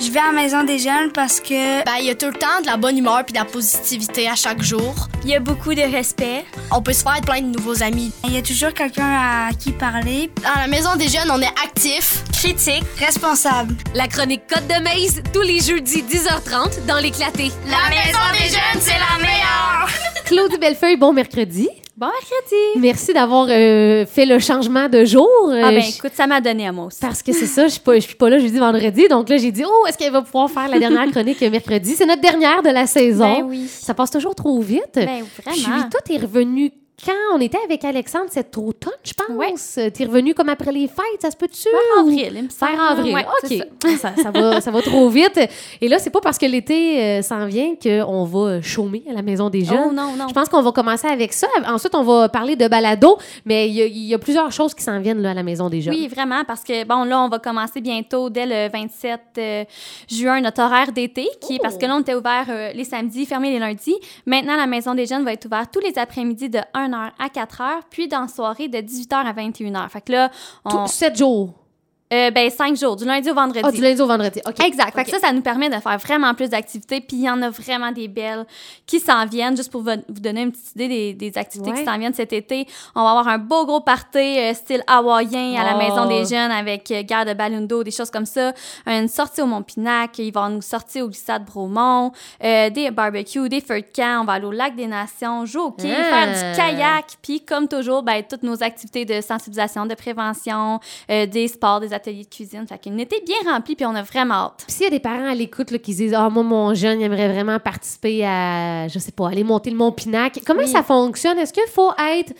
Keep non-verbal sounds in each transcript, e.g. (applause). Je vais à la maison des jeunes parce que Ben, il y a tout le temps de la bonne humeur puis de la positivité à chaque jour. Il y a beaucoup de respect. On peut se faire plein de nouveaux amis. il y a toujours quelqu'un à qui parler. À la maison des jeunes, on est actif. Critique. Responsable. La chronique Côte de Maze, tous les jeudis 10h30 dans l'éclaté. La maison des jeunes, c'est la meilleure! Claude Bellefeuille, bon mercredi. Bon mercredi. Merci d'avoir euh, fait le changement de jour. Euh, Ah ben je- écoute, ça m'a donné à moi aussi. Parce que c'est ça, je suis pas, je suis pas là jeudi, vendredi. Donc là, j'ai dit, oh, est-ce qu'elle va pouvoir faire la dernière chronique mercredi? C'est notre dernière de la saison. Ben oui. Ça passe toujours trop vite. Ben Puis vraiment. toi, est revenu quand on était avec Alexandre cet automne, je pense. Tu T'es revenu comme après les fêtes, ça se peut-tu? Vers Ou- avril, il me semble. Faire avril. Ouais, c'est ça. OK. Ah, Ça, ça va, ça va trop vite. Et là, c'est pas parce que l'été euh, s'en vient qu'on va chômer à la maison des jeunes. Oh non, non. Je pense qu'on va commencer avec ça. Ensuite, on va parler de balado, mais il y, a- il y a plusieurs choses qui s'en viennent là, à la maison des jeunes. Oui, vraiment, parce que, bon, là, on va commencer bientôt, dès le 27 euh, juin, notre horaire d'été, qui est parce Oh. que là, on était ouvert euh, les samedis, fermé les lundis. Maintenant, la Maison des Jeunes va être ouverte tous les après-midi de 1h à 4h, puis dans la soirée de 18h à 21h. Fait que là, on, Tout- Sept jours. euh, ben, 5 jours, du lundi au vendredi. Ah, du lundi au vendredi. OK. Exact. Fait que OK. ça, ça nous permet de faire vraiment plus d'activités. Puis il y en a vraiment des belles qui s'en viennent. Juste pour vo- vous donner une petite idée des, des activités Ouais. qui s'en viennent cet été, on va avoir un beau gros party euh, style hawaïen à la Oh. Maison des Jeunes avec euh, guerre de balundo, des choses comme ça. Une sortie au Mont-Pinac. Ils vont nous sortir au glissade Bromont. euh, des barbecues, des feux de camp. On va aller au lac des Nations, jouer au quai, Ah. faire du kayak. Puis comme toujours, ben, toutes nos activités de sensibilisation, de prévention, euh, des sports, des ateliers de cuisine. Fait qu'un été bien rempli, puis on a vraiment hâte. Puis S'il y a des parents à l'écoute là, qui se disent Ah, moi, mon jeune, il aimerait vraiment participer à, je sais pas, aller monter le Mont Pinac. Comment Oui. ça fonctionne? Est-ce qu'il faut être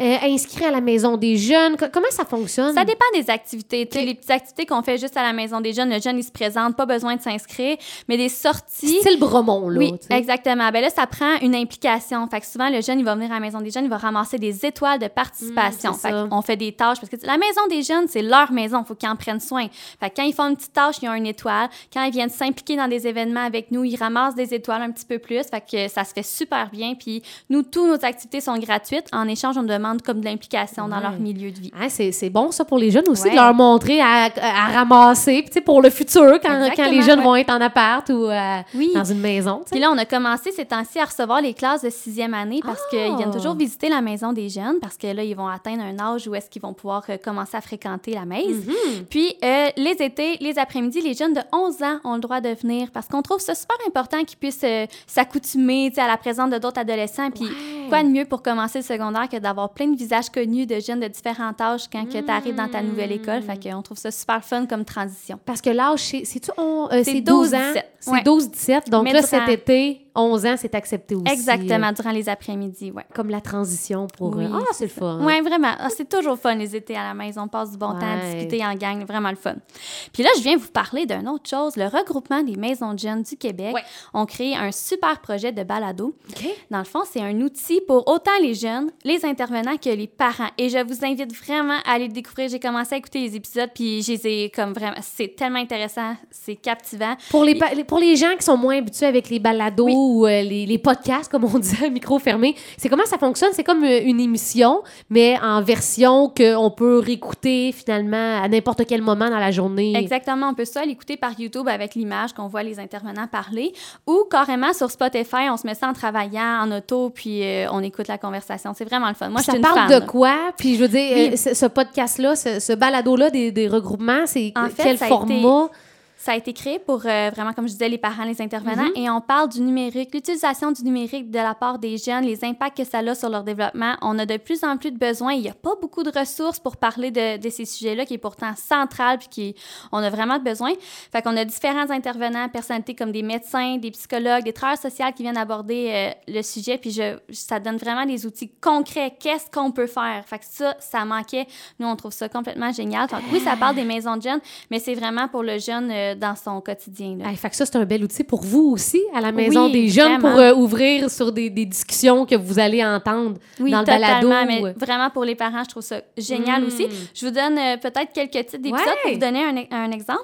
euh, inscrit à la maison des jeunes? Co- comment ça fonctionne? Ça dépend des activités. Tu sais, Les petites activités qu'on fait juste à la maison des jeunes, le jeune, il se présente, pas besoin de s'inscrire, mais des sorties. C'est le Bromont, là. Oui, tu sais. exactement. Ben là, ça prend une implication. Fait que souvent, le jeune, il va venir à la maison des jeunes, il va ramasser des étoiles de participation. Mm, c'est fait ça. on fait des tâches parce que la maison des jeunes, c'est leur maison. Il faut qu'ils en prennent soin. Fait que quand ils font une petite tâche, ils ont une étoile. Quand ils viennent s'impliquer dans des événements avec nous, ils ramassent des étoiles un petit peu plus. Fait que ça se fait super bien. Puis nous, toutes nos activités sont gratuites. En échange, on demande comme de l'implication dans Ouais. leur milieu de vie. Ah, c'est, c'est bon, ça, pour les jeunes aussi, de Ouais. leur montrer à, à ramasser, puis tu sais, pour le futur, quand, quand les Exactement, jeunes ouais. vont être en appart ou euh, Oui. dans une maison. tu sais. Puis là, on a commencé ces temps-ci à recevoir les classes de sixième année parce qu'ils viennent Ah! toujours visiter la maison des jeunes parce que là, ils vont atteindre un âge où est-ce qu'ils vont pouvoir euh, commencer à fréquenter la maison. Mm-hmm. Puis euh, les étés, les après-midi, les jeunes de 11 ans ont le droit de venir parce qu'on trouve ça super important qu'ils puissent euh, s'accoutumer tu sais, à la présence de d'autres adolescents. Puis quoi de mieux pour commencer le secondaire que d'avoir plein de visages connus de jeunes de différents âges quand tu arrives dans ta nouvelle école. Fait Mm. qu'on trouve ça super fun comme transition. Parce que l'âge, c'est, c'est-tu on- euh, C'est c'est 12 ans? 12-17, C'est ouais. 12-17. Donc Mais là, durant- cet été, 11 ans, c'est accepté aussi. Exactement, euh, durant les après-midi, ouais. comme la transition pour. Oui, euh, ah, c'est le fun. Oui, vraiment. Ah, c'est toujours fun les étés à la maison. On passe du bon temps à Ouais. discuter en gang. Vraiment le fun. Puis là, je viens vous parler d'une autre chose. Le regroupement des maisons de jeunes du Québec Ouais. ont créé un super projet de balado. OK. Dans le fond, c'est un outil pour autant les jeunes, les intervenants que les parents. Et je vous invite vraiment à aller le découvrir. J'ai commencé à écouter les épisodes, puis je les ai comme vraiment... C'est tellement intéressant. C'est captivant. Pour les, pa- pour les gens qui sont moins habitués avec les balados Oui. ou euh, les, les podcasts, comme on (laughs) dit à micro fermé, c'est comment ça fonctionne? C'est comme euh, une émission, mais en version qu'on peut réécouter finalement à n'importe quel moment dans la journée. Exactement, on peut soit l'écouter par YouTube avec l'image qu'on voit les intervenants parler, ou carrément sur Spotify, on se met ça en travaillant, en auto, puis euh, on écoute la conversation. C'est vraiment le fun. Moi, Moi, je ça suis une parle fan. de quoi? Puis je veux dire, Oui. euh, ce, ce podcast-là, ce, ce balado-là des, des regroupements, c'est En fait, quel ça a format? Ça a été créé pour euh, vraiment, comme je disais, les parents, les intervenants, Mm-hmm. et on parle du numérique, l'utilisation du numérique de la part des jeunes, les impacts que ça a sur leur développement. On a de plus en plus de besoins. Il n'y a pas beaucoup de ressources pour parler de, de ces sujets-là, qui est pourtant central, puis qui, on a vraiment besoin. Fait qu'on a différents intervenants, personnalités comme des médecins, des psychologues, des travailleurs sociaux qui viennent aborder euh, le sujet. Puis je, ça donne vraiment des outils concrets. Qu'est-ce qu'on peut faire? Fait que ça, ça manquait. Nous, on trouve ça complètement génial. Fait que oui, ça parle des maisons de jeunes, mais c'est vraiment pour le jeune euh, dans son quotidien. là. Ah, fait que ça, c'est un bel outil pour vous aussi, à la Maison Oui, des Jeunes, vraiment. pour euh, ouvrir sur des, des discussions que vous allez entendre Oui, dans le totalement, balado. euh. mais vraiment pour les parents, je trouve ça génial Mm. aussi. Je vous donne euh, peut-être quelques titres d'épisodes Ouais. pour vous donner un, un exemple.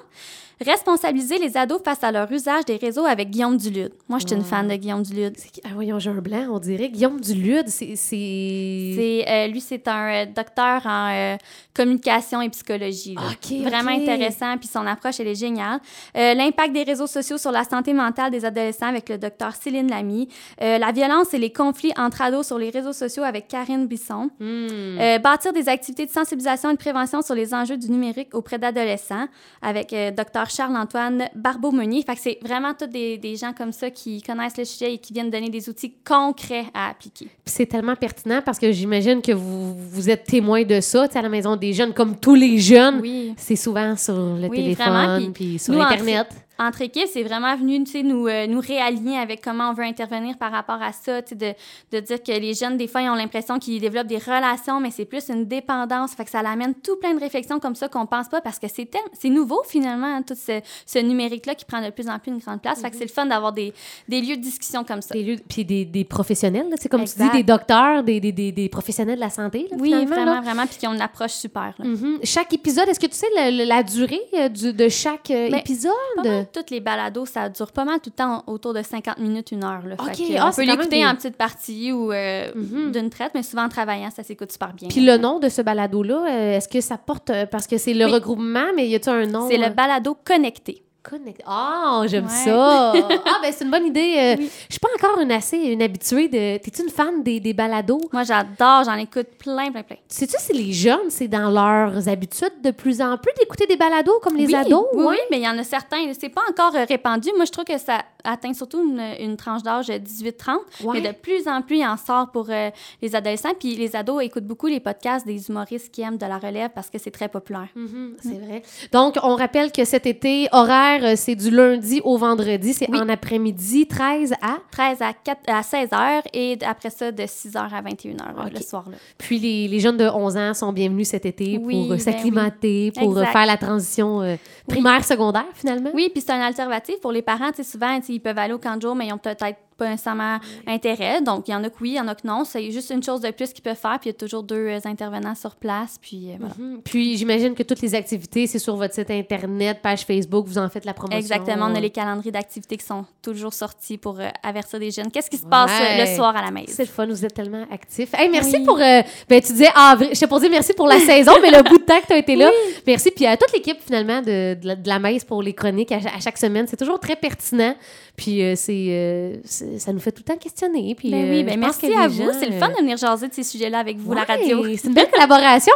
Responsabiliser les ados face à leur usage des réseaux avec Guillaume Dulude. Moi, j'étais une fan de Guillaume Dulude. C'est qui- Ah, voyons, j'ai un blanc, on dirait. Guillaume Dulude, c'est. C'est. C'est, euh, lui, c'est un euh, docteur en euh, communication et psychologie. là. Ok, Vraiment ok. intéressant, puis son approche, elle est géniale. Euh, L'impact des réseaux sociaux sur la santé mentale des adolescents avec le docteur Céline Lamy. Euh, la violence et les conflits entre ados sur les réseaux sociaux avec Karine Bisson. Hmm. Euh, bâtir des activités de sensibilisation et de prévention sur les enjeux du numérique auprès d'adolescents avec euh, Dr Charles-Antoine Barbeau-Meunier. Fait que c'est vraiment tous des, des gens comme ça qui connaissent le sujet et qui viennent donner des outils concrets à appliquer. Puis c'est tellement pertinent parce que j'imagine que vous, vous êtes témoin de ça, tu sais, à la maison des jeunes, comme tous les jeunes. Oui. C'est souvent sur le Oui, vraiment, téléphone, puis puis sur nous, en Internet. Entre équipes, c'est vraiment venu tu sais, nous, euh, nous réaligner avec comment on veut intervenir par rapport à ça, tu sais, de, de dire que les jeunes, des fois, ils ont l'impression qu'ils développent des relations, mais c'est plus une dépendance. Fait que ça l'amène tout plein de réflexions comme ça qu'on pense pas parce que c'est tel- c'est nouveau, finalement, hein, tout ce, ce numérique-là qui prend de plus en plus une grande place. Fait Mhm. que c'est le fun d'avoir des, des lieux de discussion comme ça. Des lieux- Puis des, des professionnels, là, tu sais, comme Exact. tu dis, des docteurs, des, des, des, des professionnels de la santé. là, Oui, finalement, là. vraiment, vraiment, puis qui ont une approche super. là. Mhm. Chaque épisode, est-ce que tu sais le- le- la durée euh, du- de chaque euh, Ben, épisode? Pas mal toutes les balados, ça dure pas mal tout le temps autour de 50 minutes, une heure. Là. Fait Ok, que, ah, on c'est peut quand l'écouter même des- en petites parties ou euh, Mhm. d'une traite, mais souvent en travaillant, ça s'écoute super bien. Puis le nom de ce balado-là, euh, est-ce que ça porte. euh, Parce que c'est le Oui. regroupement, mais y a-tu un nom? C'est euh, le balado connecté. Connect. Ah, j'aime Ouais. (laughs) ça. Ah, ben c'est une bonne idée. Euh, Je suis pas encore une assez une habituée de. T'es-tu une fan des, des balados? Moi, j'adore, j'en écoute plein, plein, plein. Sais-tu si les jeunes, c'est dans leurs habitudes de plus en plus d'écouter des balados comme les Oui, ados? oui, hein? oui, mais il y en a certains. C'est pas encore euh, répandu. Moi, je trouve que ça atteint surtout une, une tranche d'âge euh, 18-30. Ouais. Mais de plus en plus, il en sort pour euh, les adolescents. Puis les ados écoutent beaucoup les podcasts des humoristes qui aiment de la relève parce que c'est très populaire. Mhm, c'est vrai. Donc, on rappelle que cet été, horaire, euh, c'est du lundi au vendredi. C'est Oui. en après-midi, 13 à. 13 à, 4 à 16 heures et d- après ça, de 6 heures à 21 heures là, Ok. Hein? le soir. là. Puis les, les jeunes de 11 ans sont bienvenus cet été Oui, pour euh, ben s'acclimater, pour euh, Exact. faire la transition euh, primaire-secondaire, finalement. Oui, puis c'est un alternative pour les parents. Tu sais, souvent, tu sais, ils peuvent aller au camp de jour, mais ils ont peut-être pas nécessairement intérêt. Donc, il y en a que oui, il y en a que non. C'est juste une chose de plus qu'ils peuvent faire. Puis il y a toujours deux euh, intervenants sur place. Puis euh, voilà. Mhm. Puis j'imagine que toutes les activités, c'est sur votre site internet, page Facebook, vous en faites la promotion. Exactement. On a les calendriers d'activités qui sont toujours sortis pour euh, avertir les jeunes. Qu'est-ce qui se passe euh, Ouais. le soir à la maison? C'est le fun, vous êtes tellement actifs. Hey, merci pour. euh, ben, tu disais avril. Je t'ai pas dit merci (laughs) pour la saison, mais le bout de temps que tu as été là. Merci. Puis à toute l'équipe, finalement, de, de la, de la Messe pour les chroniques à, cha- à chaque semaine. C'est toujours très pertinent. Puis euh, c'est, euh, c'est- ça nous fait tout le temps questionner. Puis, Ben euh, oui, je ben pense que merci les à gens, vous. C'est le fun de venir jaser de ces sujets-là avec vous, euh, la radio. (laughs) ouais, C'est une belle collaboration.